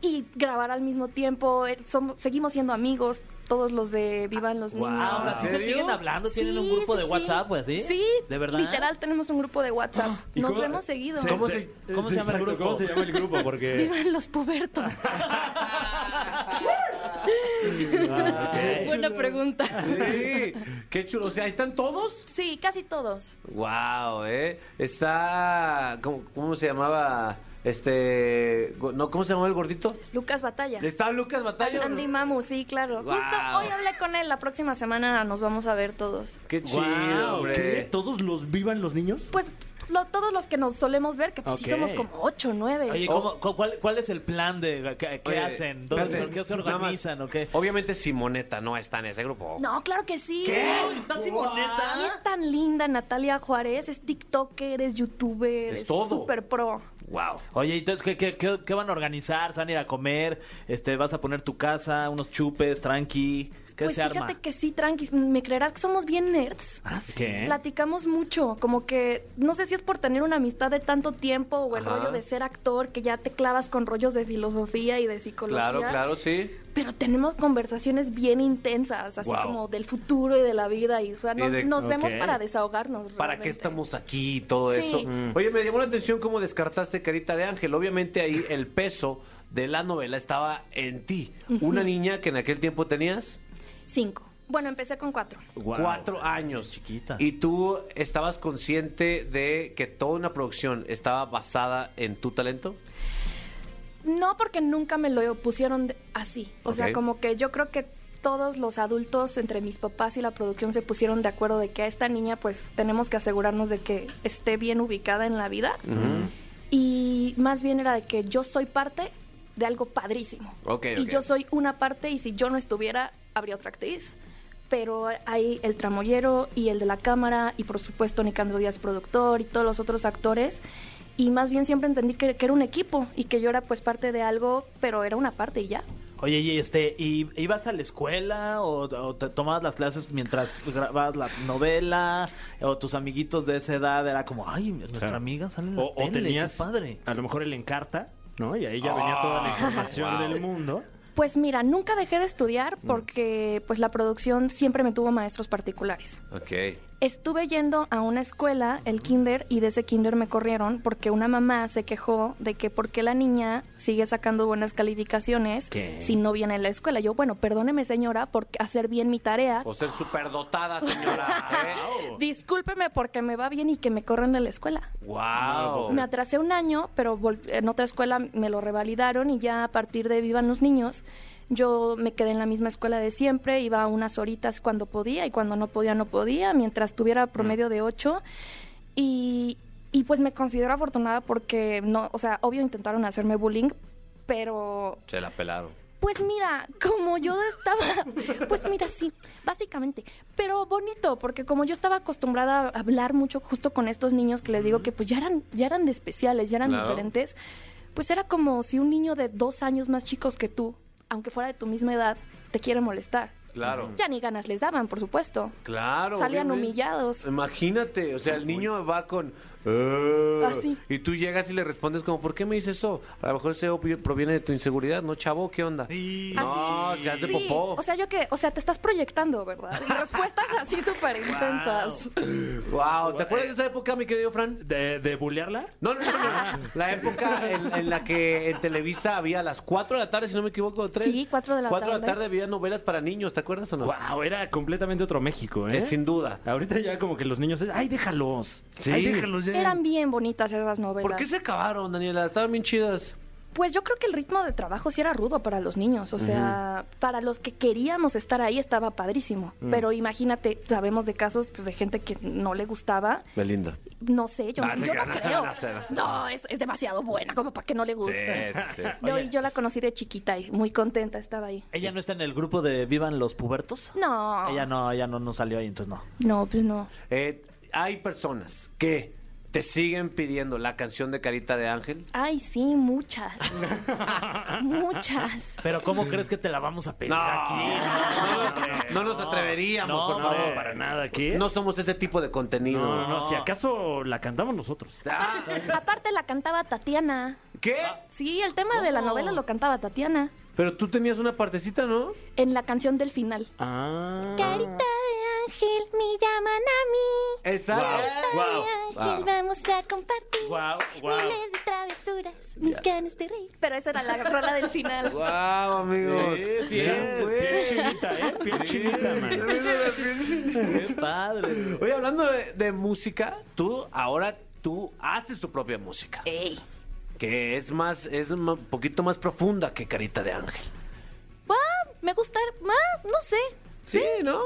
y grabar al mismo tiempo. Eh, somo- seguimos siendo amigos todos los de Vivan los Guau, niños. o sea, ¿sí se siguen hablando? ¿Tienen un grupo de WhatsApp o así? Sí. ¿De verdad? Literal, tenemos un grupo de WhatsApp. ¿Y Nos cómo- vemos seguido. ¿Cómo se- cómo se llama el exacto, grupo? ¿Cómo se llama el grupo? Porque... Vivan los pubertos. Ah, qué Buena chulo. pregunta. Sí, qué chulo. O sea, ¿ahí ¿están todos? Sí, casi todos. Wow, eh. Está. ¿Cómo, cómo se llamaba? Este. go- No, ¿cómo se llamaba el gordito? Lucas Batalla. Está Lucas Batalla. Andy Mamu, sí, claro. Guau. Justo hoy hablé con él. La próxima semana nos vamos a ver todos. Qué chido, Guau, hombre. ¿qué? ¿Todos los vivan los niños? Pues lo- todos los que nos solemos ver, que pues sí Ok. somos como ocho, nueve. Oh. Oye, Oh. ¿cómo- cu- cuál, cuál es el plan de qué, qué Oye, hacen? ¿Dónde espérate, se- qué se nada más. organizan o qué? Obviamente Simoneta no está en ese grupo. No, claro que sí. ¿Qué? ¿Está Simoneta? Y es tan linda Natalia Juárez. Es TikToker, es youtuber, Es es, todo. super pro. Wow. Oye, ¿y entonces, ¿qué, qué, qué, qué van a organizar? ¿Se van a ir a comer? Este, ¿Vas a poner tu casa? ¿Unos chupes? ¿Tranqui? ¿Qué pues se fíjate arma? que sí, tranqui. ¿Me creerás que somos bien nerds? ¿Ah, sí? ¿Eh? ¿Qué? Platicamos mucho, como que no sé si es por tener una amistad de tanto tiempo o el Ajá. rollo de ser actor que ya te clavas con rollos de filosofía y de psicología. Claro, claro, sí. Pero tenemos conversaciones bien intensas, así Wow. como del futuro y de la vida y o sea, Y nos, de- nos vemos ok. para desahogarnos. ¿Para qué estamos aquí y todo Sí. eso? Mm. Oye, me llamó la atención cómo descartaste Carita de Ángel. Obviamente ahí el peso de la novela estaba en ti. Ujú. Una niña que en aquel tiempo tenías Cinco. Bueno, empecé con cuatro. cuatro años. Chiquita. Y tú estabas consciente de que toda una producción estaba basada en tu talento. No porque nunca me lo pusieron de- así. O sea, Ok. como que yo creo que todos los adultos entre mis papás y la producción se pusieron de acuerdo de que a esta niña pues tenemos que asegurarnos de que esté bien ubicada en la vida. Y más bien era de que yo soy parte de algo padrísimo. Ok, Y ok. yo soy una parte y si yo no estuviera, habría otra actriz. Pero hay el tramoyero y el de la cámara y por supuesto Nicandro Díaz productor y todos los otros actores. Y más bien siempre entendí que, que era un equipo y que yo era pues parte de algo, pero era una parte y ya. Oye, y este, ¿y, ¿ibas a la escuela o, o te tomabas las clases mientras grababas la novela? ¿O tus amiguitos de esa edad era como, ay, nuestra Claro. amiga sale en la O, o tele, qué tenías padre? a lo mejor el Encarta, ¿no? Y ahí ya Ah, venía toda la información wow. del mundo. Pues mira, nunca dejé de Mm. estudiar porque pues la producción siempre me tuvo maestros particulares. Ok. Estuve yendo a una escuela, el kinder, y de ese kinder me corrieron porque una mamá se quejó de que por qué la niña sigue sacando buenas calificaciones ¿Qué? si no viene a la escuela. Yo, bueno, perdóneme señora por hacer bien mi tarea. O ser superdotada, señora. ¿eh? Discúlpeme porque me va bien y que me corren de la escuela. Wow. Me atrasé un año, pero vol- en otra escuela me lo revalidaron y ya a partir de Vivan los Niños, yo me quedé en la misma escuela de siempre, iba unas horitas cuando podía y cuando no podía, no podía, mientras tuviera promedio de 8. Y, y pues me considero afortunada porque, no, o sea, obvio intentaron hacerme bullying, pero Se la pelaron. pues mira, como yo estaba, pues mira, sí, básicamente, pero bonito, porque como yo estaba acostumbrada a hablar mucho justo con estos niños que les digo que pues ya eran, ya eran de especiales, ya eran Claro. diferentes, pues era como si un niño de dos años más chicos que tú, aunque fuera de tu misma edad, te quiere molestar. Claro. Ya ni ganas les daban, por supuesto. Claro. Salían obviamente. humillados. Imagínate, o sea, el niño va con... "Ah", Así. Y tú llegas y le respondes como, ¿por qué me dices eso? A lo mejor ese opi- proviene de tu inseguridad, ¿no, chavo? ¿Qué onda? No, Así, se hace Ah, sí, popó. O sea, yo que, o sea, te estás proyectando, ¿verdad? Y respuestas así súper intensas. Wow, ¿te acuerdas de esa época, mi querido Fran? eh, ¿De, de bulearla? No, no, no, no. La época en, en la que en Televisa había a las 4 de la tarde, si no me equivoco, 3. Sí, cuatro de la de la tarde. tarde había novelas para niños, ¿te acuerdas o no? Wow, era completamente otro México, ¿eh? Eh, sin duda. Ahorita ya como que los niños es, ay, déjalos. Ay, déjalos ya. Eran bien bonitas esas novelas. ¿Por qué se acabaron, Daniela? Estaban bien chidas. Pues yo creo que el ritmo de trabajo sí era rudo para los niños, o sea, para los que queríamos estar ahí estaba padrísimo, Mm. pero imagínate, sabemos de casos pues, de gente que no le gustaba, Belinda. no sé, yo, Ah, yo te no creas. creo. No sé, no sé. No, es, es demasiado buena como para que no le guste. Sí, sí. Yo, Oye. yo la conocí de chiquita y muy contenta estaba ahí. ¿Ella no está en el grupo de Vivan los Pubertos? No. Ella no, ella no, no salió ahí, entonces no. No, pues no. Eh, hay personas que te siguen pidiendo la canción de Carita de Ángel. Ay, sí, muchas. Ah, muchas. Pero ¿cómo crees que te la vamos a pedir aquí? No nos atreveríamos, no, por favor. no, para nada, ¿qué? No somos ese tipo de contenido. Ah, No, no, no, si acaso la cantamos nosotros. Aparte la cantaba Tatiana. ¿Qué? Sí, el tema de la novela lo cantaba Tatiana Pero tú tenías una partecita, ¿no? en la canción del final. Ah. Carita de ángel, me llaman a mí. Exacto. Carita de Wow. ángel, vamos a compartir Wow, miles de travesuras, mis ganas de reír. Pero esa era la rola del final. Wow, amigos. Sí, sí, Vean, es. güey. Piel chinita, ¿eh? Piel chinita, man. Tremendo de- Qué padre. Oye, hablando de, de música, tú ahora tú haces tu propia música, Ey. que es más es un poquito más profunda que Carita de Ángel. Ah, me gusta, ah, no sé. Sí, ¿no?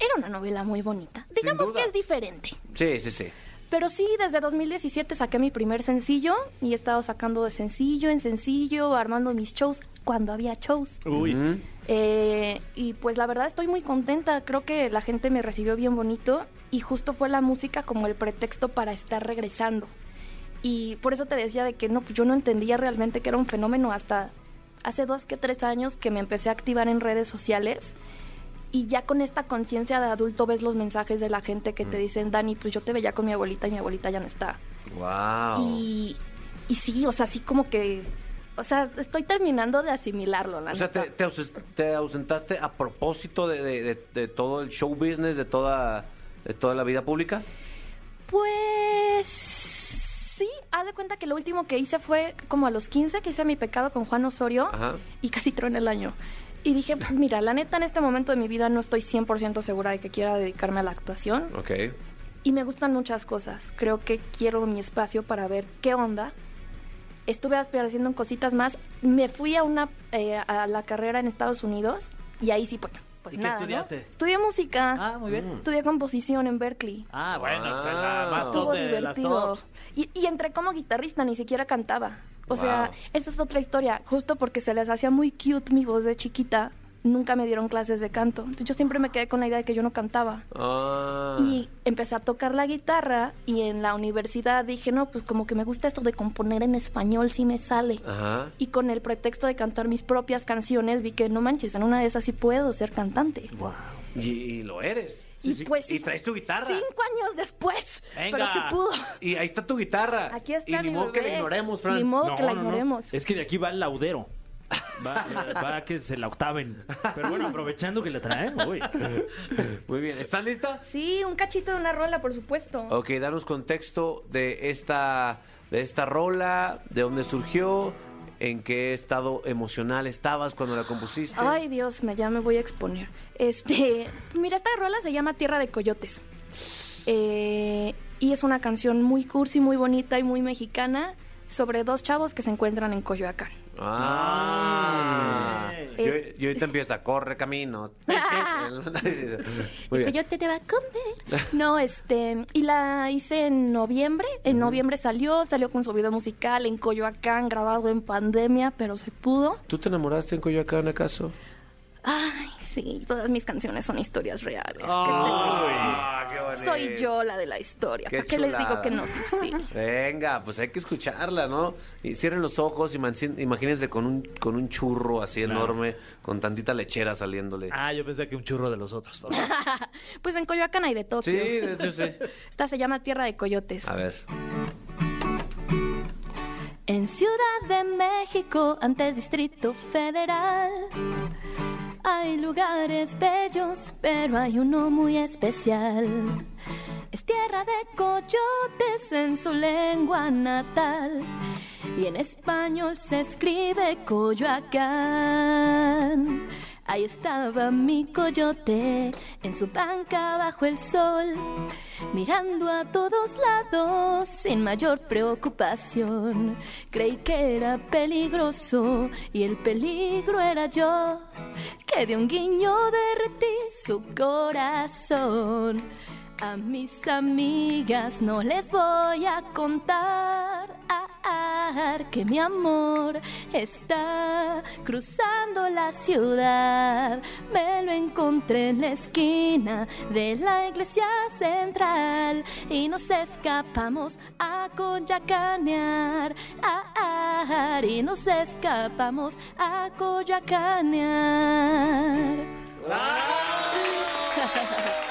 Era una novela muy bonita. Digamos que es diferente. Sí, sí, sí. Pero sí, desde 2017 saqué mi primer sencillo y he estado sacando de sencillo en sencillo, armando mis shows cuando había shows. Uy. Eh, y pues la verdad estoy muy contenta, creo que la gente me recibió bien bonito y justo fue la música como el pretexto para estar regresando. Y por eso te decía de que no, pues yo no entendía realmente que era un fenómeno hasta hace dos que tres años que me empecé a activar en redes sociales y ya con esta conciencia de adulto ves los mensajes de la gente que Mm. te dicen, Dani, pues yo te veía con mi abuelita y mi abuelita ya no está. Wow. Y, y sí, o sea, así como que, o sea, estoy terminando de asimilarlo, la O sea, neta. te, te auses- te ausentaste a propósito de, de- de- de todo el show business, de toda, de toda la vida pública. Pues sí, haz de cuenta que lo último que hice fue como a los 15 que hice mi pecado con Juan Osorio Ajá. y casi en el año. Y dije, pues, mira, la neta en este momento de mi vida no estoy 100% segura de que quiera dedicarme a la actuación Ok. y me gustan muchas cosas. Creo que quiero mi espacio para ver qué onda. Estuve haciendo cositas más. Me fui a una eh, a la carrera en Estados Unidos y ahí sí pues, pues ¿Y qué nada, ¿no? estudiaste? Estudié música. Ah, muy bien. Estudié composición en Berkeley. Ah, bueno, o sea, la Wow. más top Estuvo de las divertido. tops. Y, y entré como guitarrista, ni siquiera cantaba. O Wow. sea, esa es otra historia. Justo porque se les hacía muy cute mi voz de chiquita, nunca me dieron clases de canto. Entonces yo siempre me quedé con la idea de que yo no cantaba. Ah. Y empecé a tocar la guitarra y en la universidad dije, no, pues como que me gusta esto de componer en español, sí me sale. Ajá. Y con el pretexto de cantar mis propias canciones, vi que no manches, en una de esas sí puedo ser cantante. Y, y lo eres. Y pues sí. Y traes tu guitarra. Cinco años después, pero Venga. se pudo. Y ahí está tu guitarra. Aquí está Y ni mi modo que la bebé. ignoremos, Fran. Ni modo No, que la no, no. ignoremos. Es que de aquí va el laudero. Va, va a que se la octaven. Pero bueno, aprovechando que la traen, uy. Muy bien, ¿están listas? Sí, un cachito de una rola, por supuesto. Ok, danos contexto de esta, de esta rola, de dónde surgió, en qué estado emocional estabas cuando la compusiste. Ay, Dios, me, ya me voy a exponer. Este, mira, esta rola se llama Tierra de Coyotes. Eh, y es una canción muy cursi, muy bonita y muy mexicana sobre dos chavos que se encuentran en Coyoacán. Ah. Ah. Y, Es- y ahorita empieza, corre camino. Muy El bien. coyote te va a comer. No, este, y la hice en noviembre. En noviembre salió, salió con su video musical en Coyoacán, grabado en pandemia, pero se pudo. ¿Tú te enamoraste en Coyoacán acaso? Ay, sí, todas mis canciones son historias reales. Qué Ay, qué terrible. bonito. Ah, Soy yo la de la historia. Ah, Qué ¿Para qué les digo chulada. que no? Sí, sí. Venga, pues hay que escucharla, ¿no? Y cierren los ojos, imanci- imagínense con un, con un churro así enorme, con tantita lechera saliéndole. Ah, yo pensé que un churro de los otros. papá. Pues en Coyoacán hay de todo. Sí, de hecho sí. Esta se llama Tierra de Coyotes. A ver. En Ciudad de México, antes Distrito Federal, hay lugares bellos, pero hay uno muy especial. Es tierra de coyotes en su lengua natal, y en español se escribe Coyoacán. Ahí estaba mi coyote en su banca bajo el sol, mirando a todos lados sin mayor preocupación. Creí que era peligroso y el peligro era yo, que de un guiño derretí su corazón. A mis amigas no les voy a contar ah, ah, que mi amor está cruzando la ciudad. Me lo encontré en la esquina de la iglesia central y nos escapamos a coyacanear. Ah, ah, y nos escapamos a coyacanear.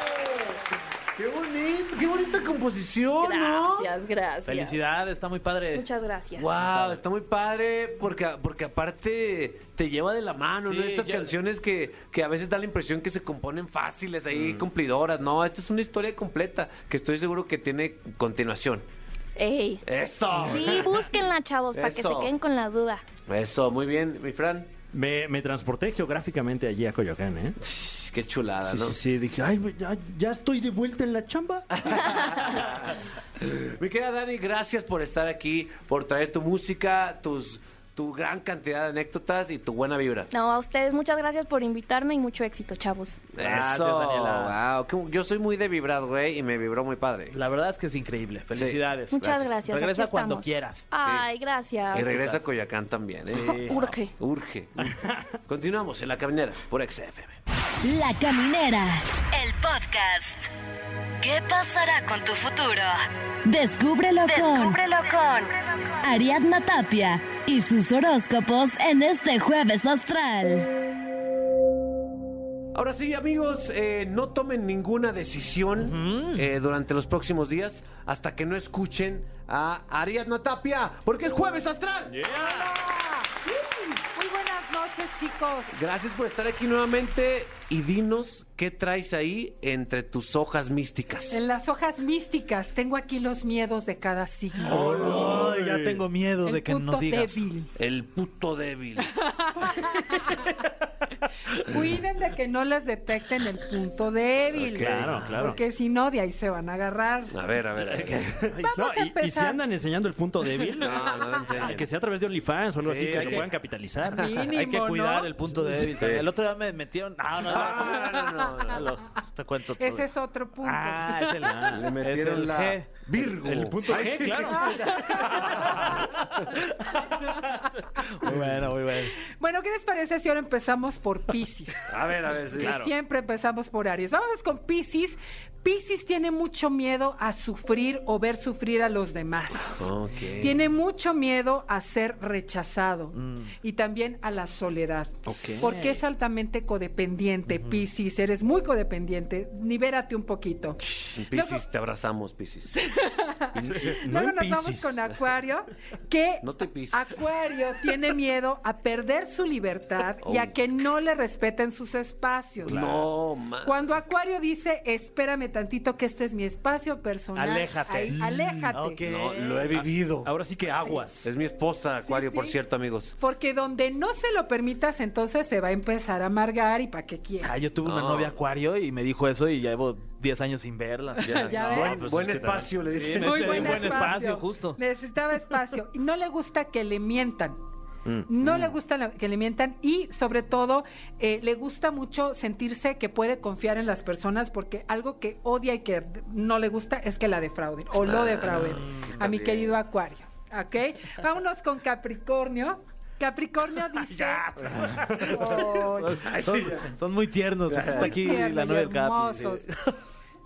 ¡Qué, bonito, ¡Qué bonita composición, ¿no? Gracias, gracias. Felicidad, está muy padre. Muchas gracias. Wow, está muy padre porque, porque aparte te lleva de la mano, Sí, ¿no? Estas yo- canciones que, que a veces da la impresión que se componen fáciles ahí, cumplidoras. No, esta es una historia completa que estoy seguro que tiene continuación. Ey. Eso. Sí, búsquenla, chavos, para que se Eso. queden con la duda. Eso, muy bien, mi Fran. Me, me transporté geográficamente allí a Coyoacán, ¿eh? Qué chulada, Sí, ¿no? sí, sí, dije, ay, ya, ya estoy de vuelta en la chamba. Mi querida Dani, gracias por estar aquí, por traer tu música, tus tu gran cantidad de anécdotas y tu buena vibra. No, a ustedes muchas gracias por invitarme y mucho éxito, chavos. Gracias, Eso, Daniela. wow, qué- yo soy muy de vibrar, güey, y me vibró muy padre. La verdad es que es increíble. Felicidades. Muchas gracias. Regresa aquí cuando estamos. quieras. Ay, gracias. Y regresa a Coyacán también, ¿eh? Urge. Urge. Continuamos en La Caminera por XFM. La Caminera, el podcast. ¿Qué pasará con tu futuro? Descúbrelo, con, Ariadna Tapia y sus horóscopos en este jueves astral. Ahora sí, amigos, eh, no tomen ninguna decisión eh, durante los próximos días hasta que no escuchen a Ariadna Tapia, porque es jueves astral. Muy buenas noches, chicos. Gracias por estar aquí nuevamente y dinos qué traes ahí entre tus hojas místicas. En las hojas místicas tengo aquí los miedos de cada signo. Ay, ya tengo miedo El Oh, de que nos punto digas. débil. El puto débil. Cuiden de que no les detecten el punto débil. Ok, Ah, claro, claro. Porque si no, de ahí se van a agarrar. A ver, a ver. a ver. No, Vamos a y- y, si empezar. andan enseñando el punto débil, No, no lo enseñen. Ay, que sea a través de OnlyFans o algo Sí, así, que hay lo que- puedan capitalizar. Mínimo, Hay que cuidar ¿no? el punto débil. Sí. El otro día me metieron. No, no, Ah, no, no, no, no, no, no, Te cuento todo. Ese es otro punto. Ah, es el, Le metieron es el la- G. Virgo. El punto Ay, G, sí. claro. Muy bueno, muy bueno. Bueno, ¿qué les parece si ahora empezamos por Pisces? A ver, a ver, sí. Siempre empezamos por Aries. Vámonos con Pisces. Pisces tiene mucho miedo a sufrir o ver sufrir a los demás. Ok. Tiene mucho miedo a ser rechazado y también a la soledad. Mm. Ok. Porque es altamente codependiente, Piscis. Eres muy codependiente. Libérate un poquito. Piscis, te abrazamos, Piscis. Luego nos vamos con Acuario, que No te pises. Acuario tiene miedo a perder su libertad y Oh. a que no le respeten sus espacios. No, ma. Cuando Acuario dice, espérame tantito que este es mi espacio personal. Aléjate. ahí, aléjate. No, lo he vivido. Ah, Ahora sí que aguas. Es mi esposa, Acuario, por cierto, amigos. Porque donde no se lo permitas, entonces se va a empezar a amargar y para qué quieres. Ah, yo tuve una No. novia acuario y me dijo eso y ya llevo 10 años sin verla. pues Ya ves. Buen, buen es que espacio, le Sí, dicen. me- Muy un buen, buen espacio. espacio, justo. Necesitaba espacio. Y no le gusta que le mientan. Mm. No Mm. le gusta la- que le mientan y sobre todo eh, le gusta mucho sentirse que puede confiar en las personas porque algo que odia y que no le gusta es que la defrauden o lo Ah, defrauden. estás A mi bien. querido Acuario. ¿Ok? Vámonos con Capricornio. Capricornio dice... Ay, son, son muy tiernos. Está aquí tierno la y novia del Capi. sí. hermosos.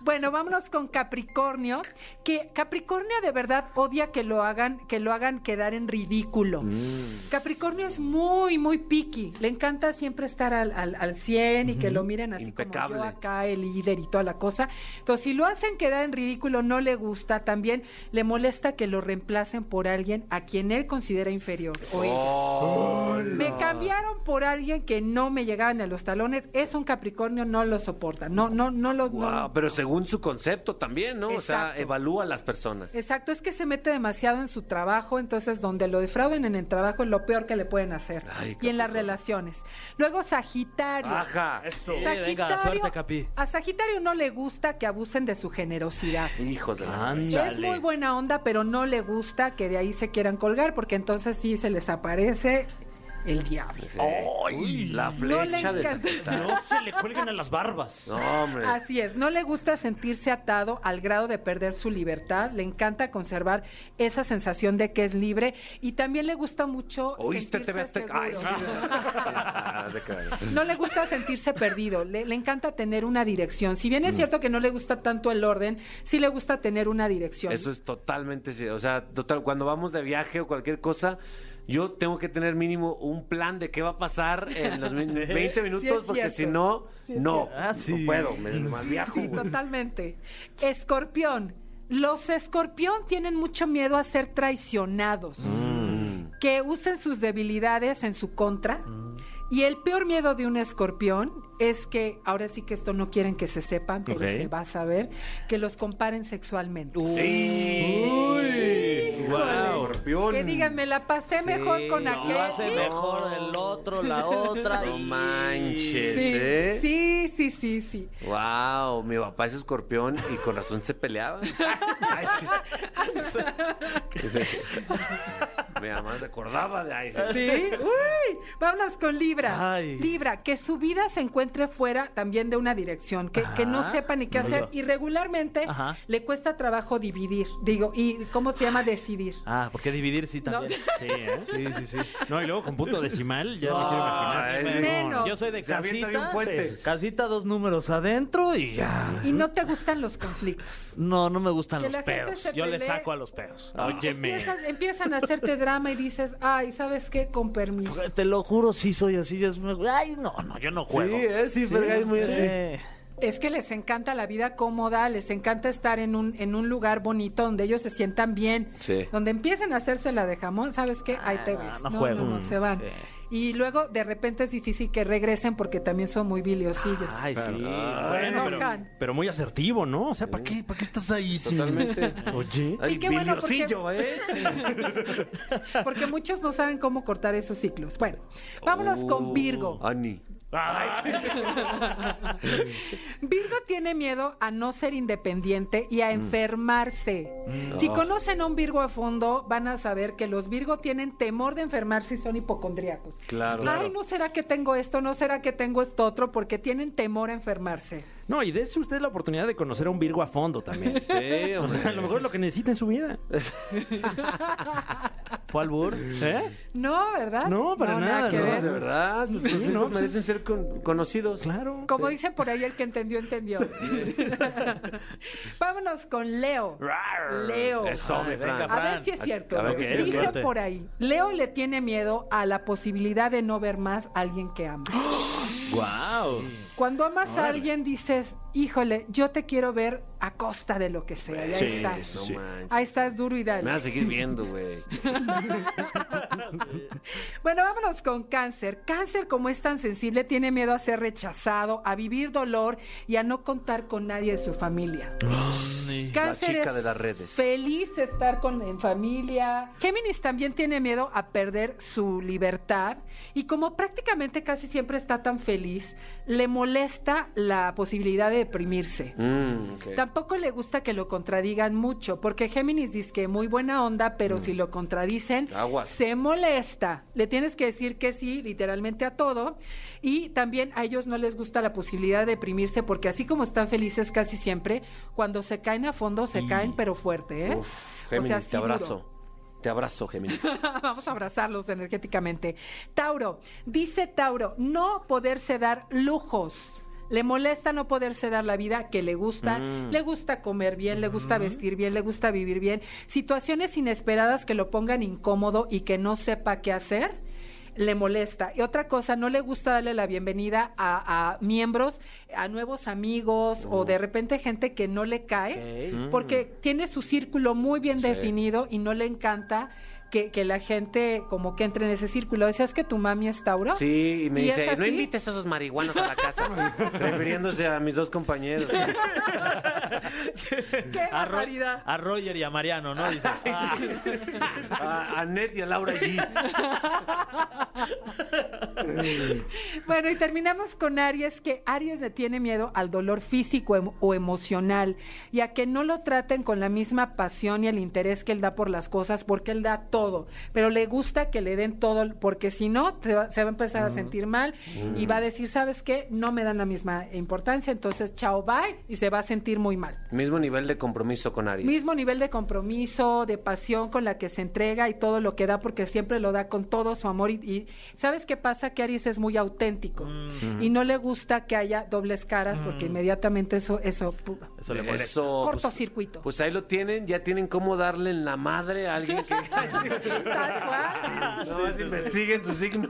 Bueno, vámonos con Capricornio, que Capricornio de verdad odia que lo hagan, que lo hagan quedar en ridículo. Mm. Mm. Capricornio es muy, muy picky. Le encanta siempre estar al, al, al 100 y que lo miren así Impecable. como yo acá, el líder y toda la cosa. Entonces, si lo hacen quedar en ridículo, no le gusta. También le molesta que lo reemplacen por alguien a quien él considera inferior o ella. Oh. Me cambiaron por alguien que no me llegaban a los talones. Es un Capricornio, no lo soporta. No, no, no lo. no- Guau, pero según su concepto también, ¿no? O Exacto. sea, evalúa a las personas. Exacto, es que se mete demasiado en su trabajo, entonces donde lo defrauden en el trabajo es lo peor que le pueden hacer. Ay, y en las relaciones. Luego Sagitario. Ajá. Eso. Sagitario- venga, la suerte, Capi. A Sagitario no le gusta que abusen de su generosidad. Hijos de la Es muy buena onda, pero no le gusta que de ahí se quieran colgar, porque entonces sí se les aparece el diablo. Sí. la flecha de encanta. Sagitario. No se le cuelguen a las barbas. No, hombre. Así es, no le gusta sentirse atado al grado de perder su libertad, le encanta conservar esa sensación de que es libre y también le gusta mucho ¿Oíste TV sentirse Azteca? Ay, sí. seguro. Ah, se cae. No le gusta sentirse perdido, le, le encanta tener una dirección. Si bien es Mm. cierto que no le gusta tanto el orden, sí le gusta tener una dirección. Eso es totalmente, cier- o sea, total, cuando vamos de viaje o cualquier cosa, yo tengo que tener mínimo un plan de qué va a pasar en los min- Sí. 20 Sí es minutos, porque si cierto. no, Sí es no, cierto. no puedo, me mal Sí, viajo. sí, güey. totalmente. Escorpión. Los escorpión tienen mucho miedo a ser traicionados. Mm. Mm. que usen sus debilidades en su contra. Mm. Y el peor miedo de un escorpión es que, ahora sí que esto no quieren que se sepan, pero Ok. se va a saber, que los comparen sexualmente. Uy, Híjole. escorpión. Que digan, me la pasé mejor con No, aquel. lo hace mejor el otro, la otra. No y- manches, Sí, ¿eh? sí, sí, sí, sí. Wow, mi papá es escorpión y con razón se peleaba. Ay, sí. Que se- Mi mamá se acordaba de ahí. Sí, uy, vámonos con Libra. Libra, que su vida se encuentre fuera también de una dirección, que, que no Ajá. sepa ni qué Muy hacer bien. y regularmente Ajá. le cuesta trabajo dividir, digo, y ¿cómo se llama decidir? Ah, porque dividir sí también. Sí, ¿eh? sí, sí, sí. No, y luego con punto decimal, ya no quiero Ah, imaginar. Ay, Menos. Yo soy de Se avienta de un casita, puente. sí, casita dos números adentro y ya. Y no te gustan los conflictos. No, no me gustan Que los la gente pedos. se Yo le pelee. Ah. saco a los pedos. Empiezas- empiezan a hacerte drama y dices, ay, ¿sabes qué? Con permiso. Te lo juro, sí soy así. ya es- Ay, no, no, yo no juego. Sí, eh, sí, Fergay es muy así. sí. Es que les encanta la vida cómoda, les encanta estar en un, en un lugar bonito donde ellos se sientan bien. Sí. Donde empiecen a hacerse la de jamón, ¿sabes qué? Ahí te Ah, ves. no juego. no, se van. Y luego de repente es difícil que regresen porque también son muy biliosillos. Ay, sí. Se Bueno, pero, enojan. pero muy asertivo, ¿no? O sea, ¿para qué, ¿para qué estás ahí? sí? Totalmente. Oye. Ay, Sí, qué bueno, porque- biliosillo, ¿eh? Porque muchos no saben cómo cortar esos ciclos. Bueno, vámonos con Virgo. Uh, Ani. Virgo tiene miedo a no ser independiente y a enfermarse. Si Mm. Ah. conocen a un Virgo a fondo, van a saber que los Virgo tienen temor de enfermarse y son hipocondríacos. Claro. Ay, no será que tengo esto, no será que tengo esto otro, porque tienen temor a enfermarse. No, y dése usted la oportunidad de conocer a un Virgo a fondo también. Sí, O sea, a lo mejor es lo que necesita en su vida. ¿Fue al bur? ¿Eh? No, ¿verdad? No, para nada, que no, ver. de verdad, pues, Sí, no, los Virgos pues, merecen ser con- conocidos. Claro. Como dicen por ahí, el que entendió, entendió. Vámonos con Leo. Leo. Ah, Eso, mi Fran. A ver si es cierto. A ver, ¿qué? Dice Suerte. por ahí, Leo le tiene miedo a la posibilidad de no ver más a alguien que ama. ¡Ah! Wow. Cuando amas a Órale. alguien dices, híjole, yo te quiero ver a costa de lo que sea. Y ahí Sí, estás. eso sí. Ahí estás duro y Me dale. van a seguir viendo, güey. Bueno, vámonos con cáncer. Cáncer, como es tan sensible, tiene miedo a ser rechazado, a vivir dolor y a no contar con nadie de su familia. La Cáncer chica es de las redes. Feliz de estar con, en familia. Géminis también tiene miedo a perder su libertad y como prácticamente casi siempre está tan feliz, le molesta la posibilidad de deprimirse. Mm, ok. Tampoco le gusta que lo contradigan mucho, porque Géminis dice que muy buena onda, pero si lo contradicen, Mm. Aguas. se molesta. Le tienes que decir que sí, literalmente a todo. Y también a ellos no les gusta la posibilidad de deprimirse, porque así como están felices casi siempre, cuando se caen a fondo, se caen, pero fuerte, ¿eh? Uf, Géminis, sí, te duro. abrazo. Te abrazo, Géminis. Vamos a abrazarlos energéticamente. Tauro, dice Tauro, no poderse dar lujos. Le molesta no poderse dar la vida que le gusta, Mm. le gusta comer bien, le gusta vestir bien, le gusta vivir bien. Situaciones inesperadas que lo pongan incómodo y que no sepa qué hacer, le molesta. Y otra cosa, no le gusta darle la bienvenida a, a miembros, a nuevos amigos o de repente gente que no le cae, Oh. Ok. Mm. porque tiene su círculo muy bien Sí. definido y no le encanta que, que la gente como que entre en ese círculo. Decías que tu mami es Tauro. Sí, y me ¿Y es dice, no así? invites a esos marihuanos a la casa, refiriéndose a mis dos compañeros. ¡Qué A, Ro- a Roger y a Mariano, ¿no? Dices, ah, A, a Ned y a Laura G. Bueno, y terminamos con Aries, que Aries le tiene miedo al dolor físico em- o emocional y a que no lo traten con la misma pasión y el interés que él da por las cosas, porque él da todo, pero le gusta que le den todo, porque si no, se va, se va a empezar Mm. a sentir mal y va a decir, ¿sabes qué? No me dan la misma importancia, entonces chao, bye, y se va a sentir muy mal. Mismo nivel de compromiso con Aries. Mismo nivel de compromiso, de pasión con la que se entrega y todo lo que da, porque siempre lo da con todo su amor. Y, y- ¿sabes qué pasa? Que Aries es muy auténtico Mm. y no le gusta que haya dobles caras, porque inmediatamente eso, eso, pu- Eso le molesta. pues- cortocircuito. Pues ahí lo tienen, ya tienen cómo darle en la madre a alguien que... No, más investiguen su signo.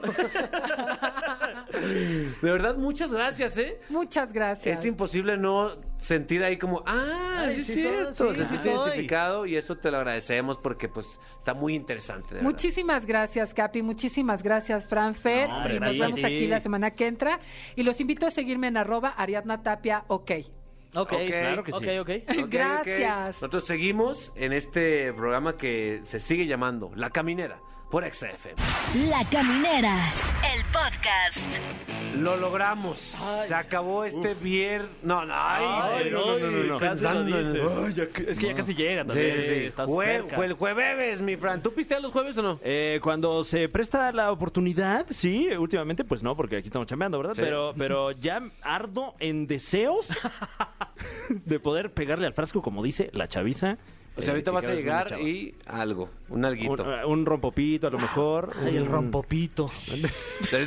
De verdad, muchas gracias, ¿eh? Muchas gracias. Es imposible no sentir ahí como, ah, Ay, sí, es sí soy, cierto, sí, sentirse sí soy. identificado y eso te lo agradecemos porque pues está muy interesante. De verdad. Muchísimas gracias, Capi. Muchísimas gracias, Franfer. No, hombre, y nos gracias a vemos ti. aquí la semana que entra. Y los invito a seguirme en arroba Ariadna Tapia, ok. ok, claro que sí. ok, ok. Ok, ok. Gracias. Nosotros seguimos en este programa que se sigue llamando La Caminera por XFM. La Caminera, el podcast. Lo logramos. se acabó este viernes. No, no, ay, Ay, no, no, no, no. Casi lo dices. Ay, ya que- es que ya casi llega también, estás Jue- cerca. jue- el jueves, mi Fran. ¿Tú pisteas los jueves o no? Eh, cuando se presta la oportunidad, sí, últimamente pues no, porque aquí estamos chambeando, ¿verdad? Sí. Pero, pero ya ardo en deseos de poder pegarle al frasco, como dice la chaviza. O sea, ahorita Eh, vas a que cada llegar vez es y algo, un menos alguito. chava. Un, un rompopito, a lo mejor. Ay, el Ah, rompopito. ¿A ti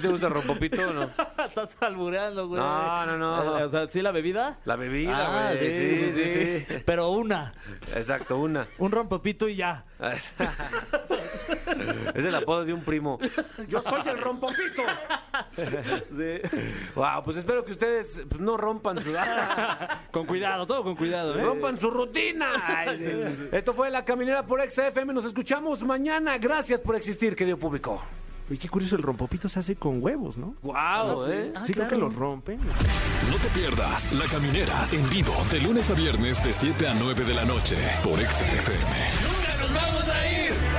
te gusta el rompopito o no? Estás albureando, güey. No, no, no. Eh, O sea, ¿sí la bebida? La bebida, Ah, güey. sí, sí, sí, Pero una. Exacto, una. Un rompopito y ya. Es el apodo de un primo. Yo soy el rompopito. Wow, pues espero que ustedes pues, no rompan su. Ah. Con cuidado, todo con cuidado, ¿eh? ¡Rompan su rutina! Ay, sí. Esto fue La Caminera por XFM. Nos escuchamos mañana. Gracias por existir, querido público. Oye, qué curioso, el rompopito se hace con huevos, ¿no? Ah, ¡Wow! sí. ¿eh? Sí, creo que lo rompen. No te pierdas La Caminera en vivo de lunes a viernes de 7 a 9 de la noche por XFM. ¡Nunca nos vamos a ir!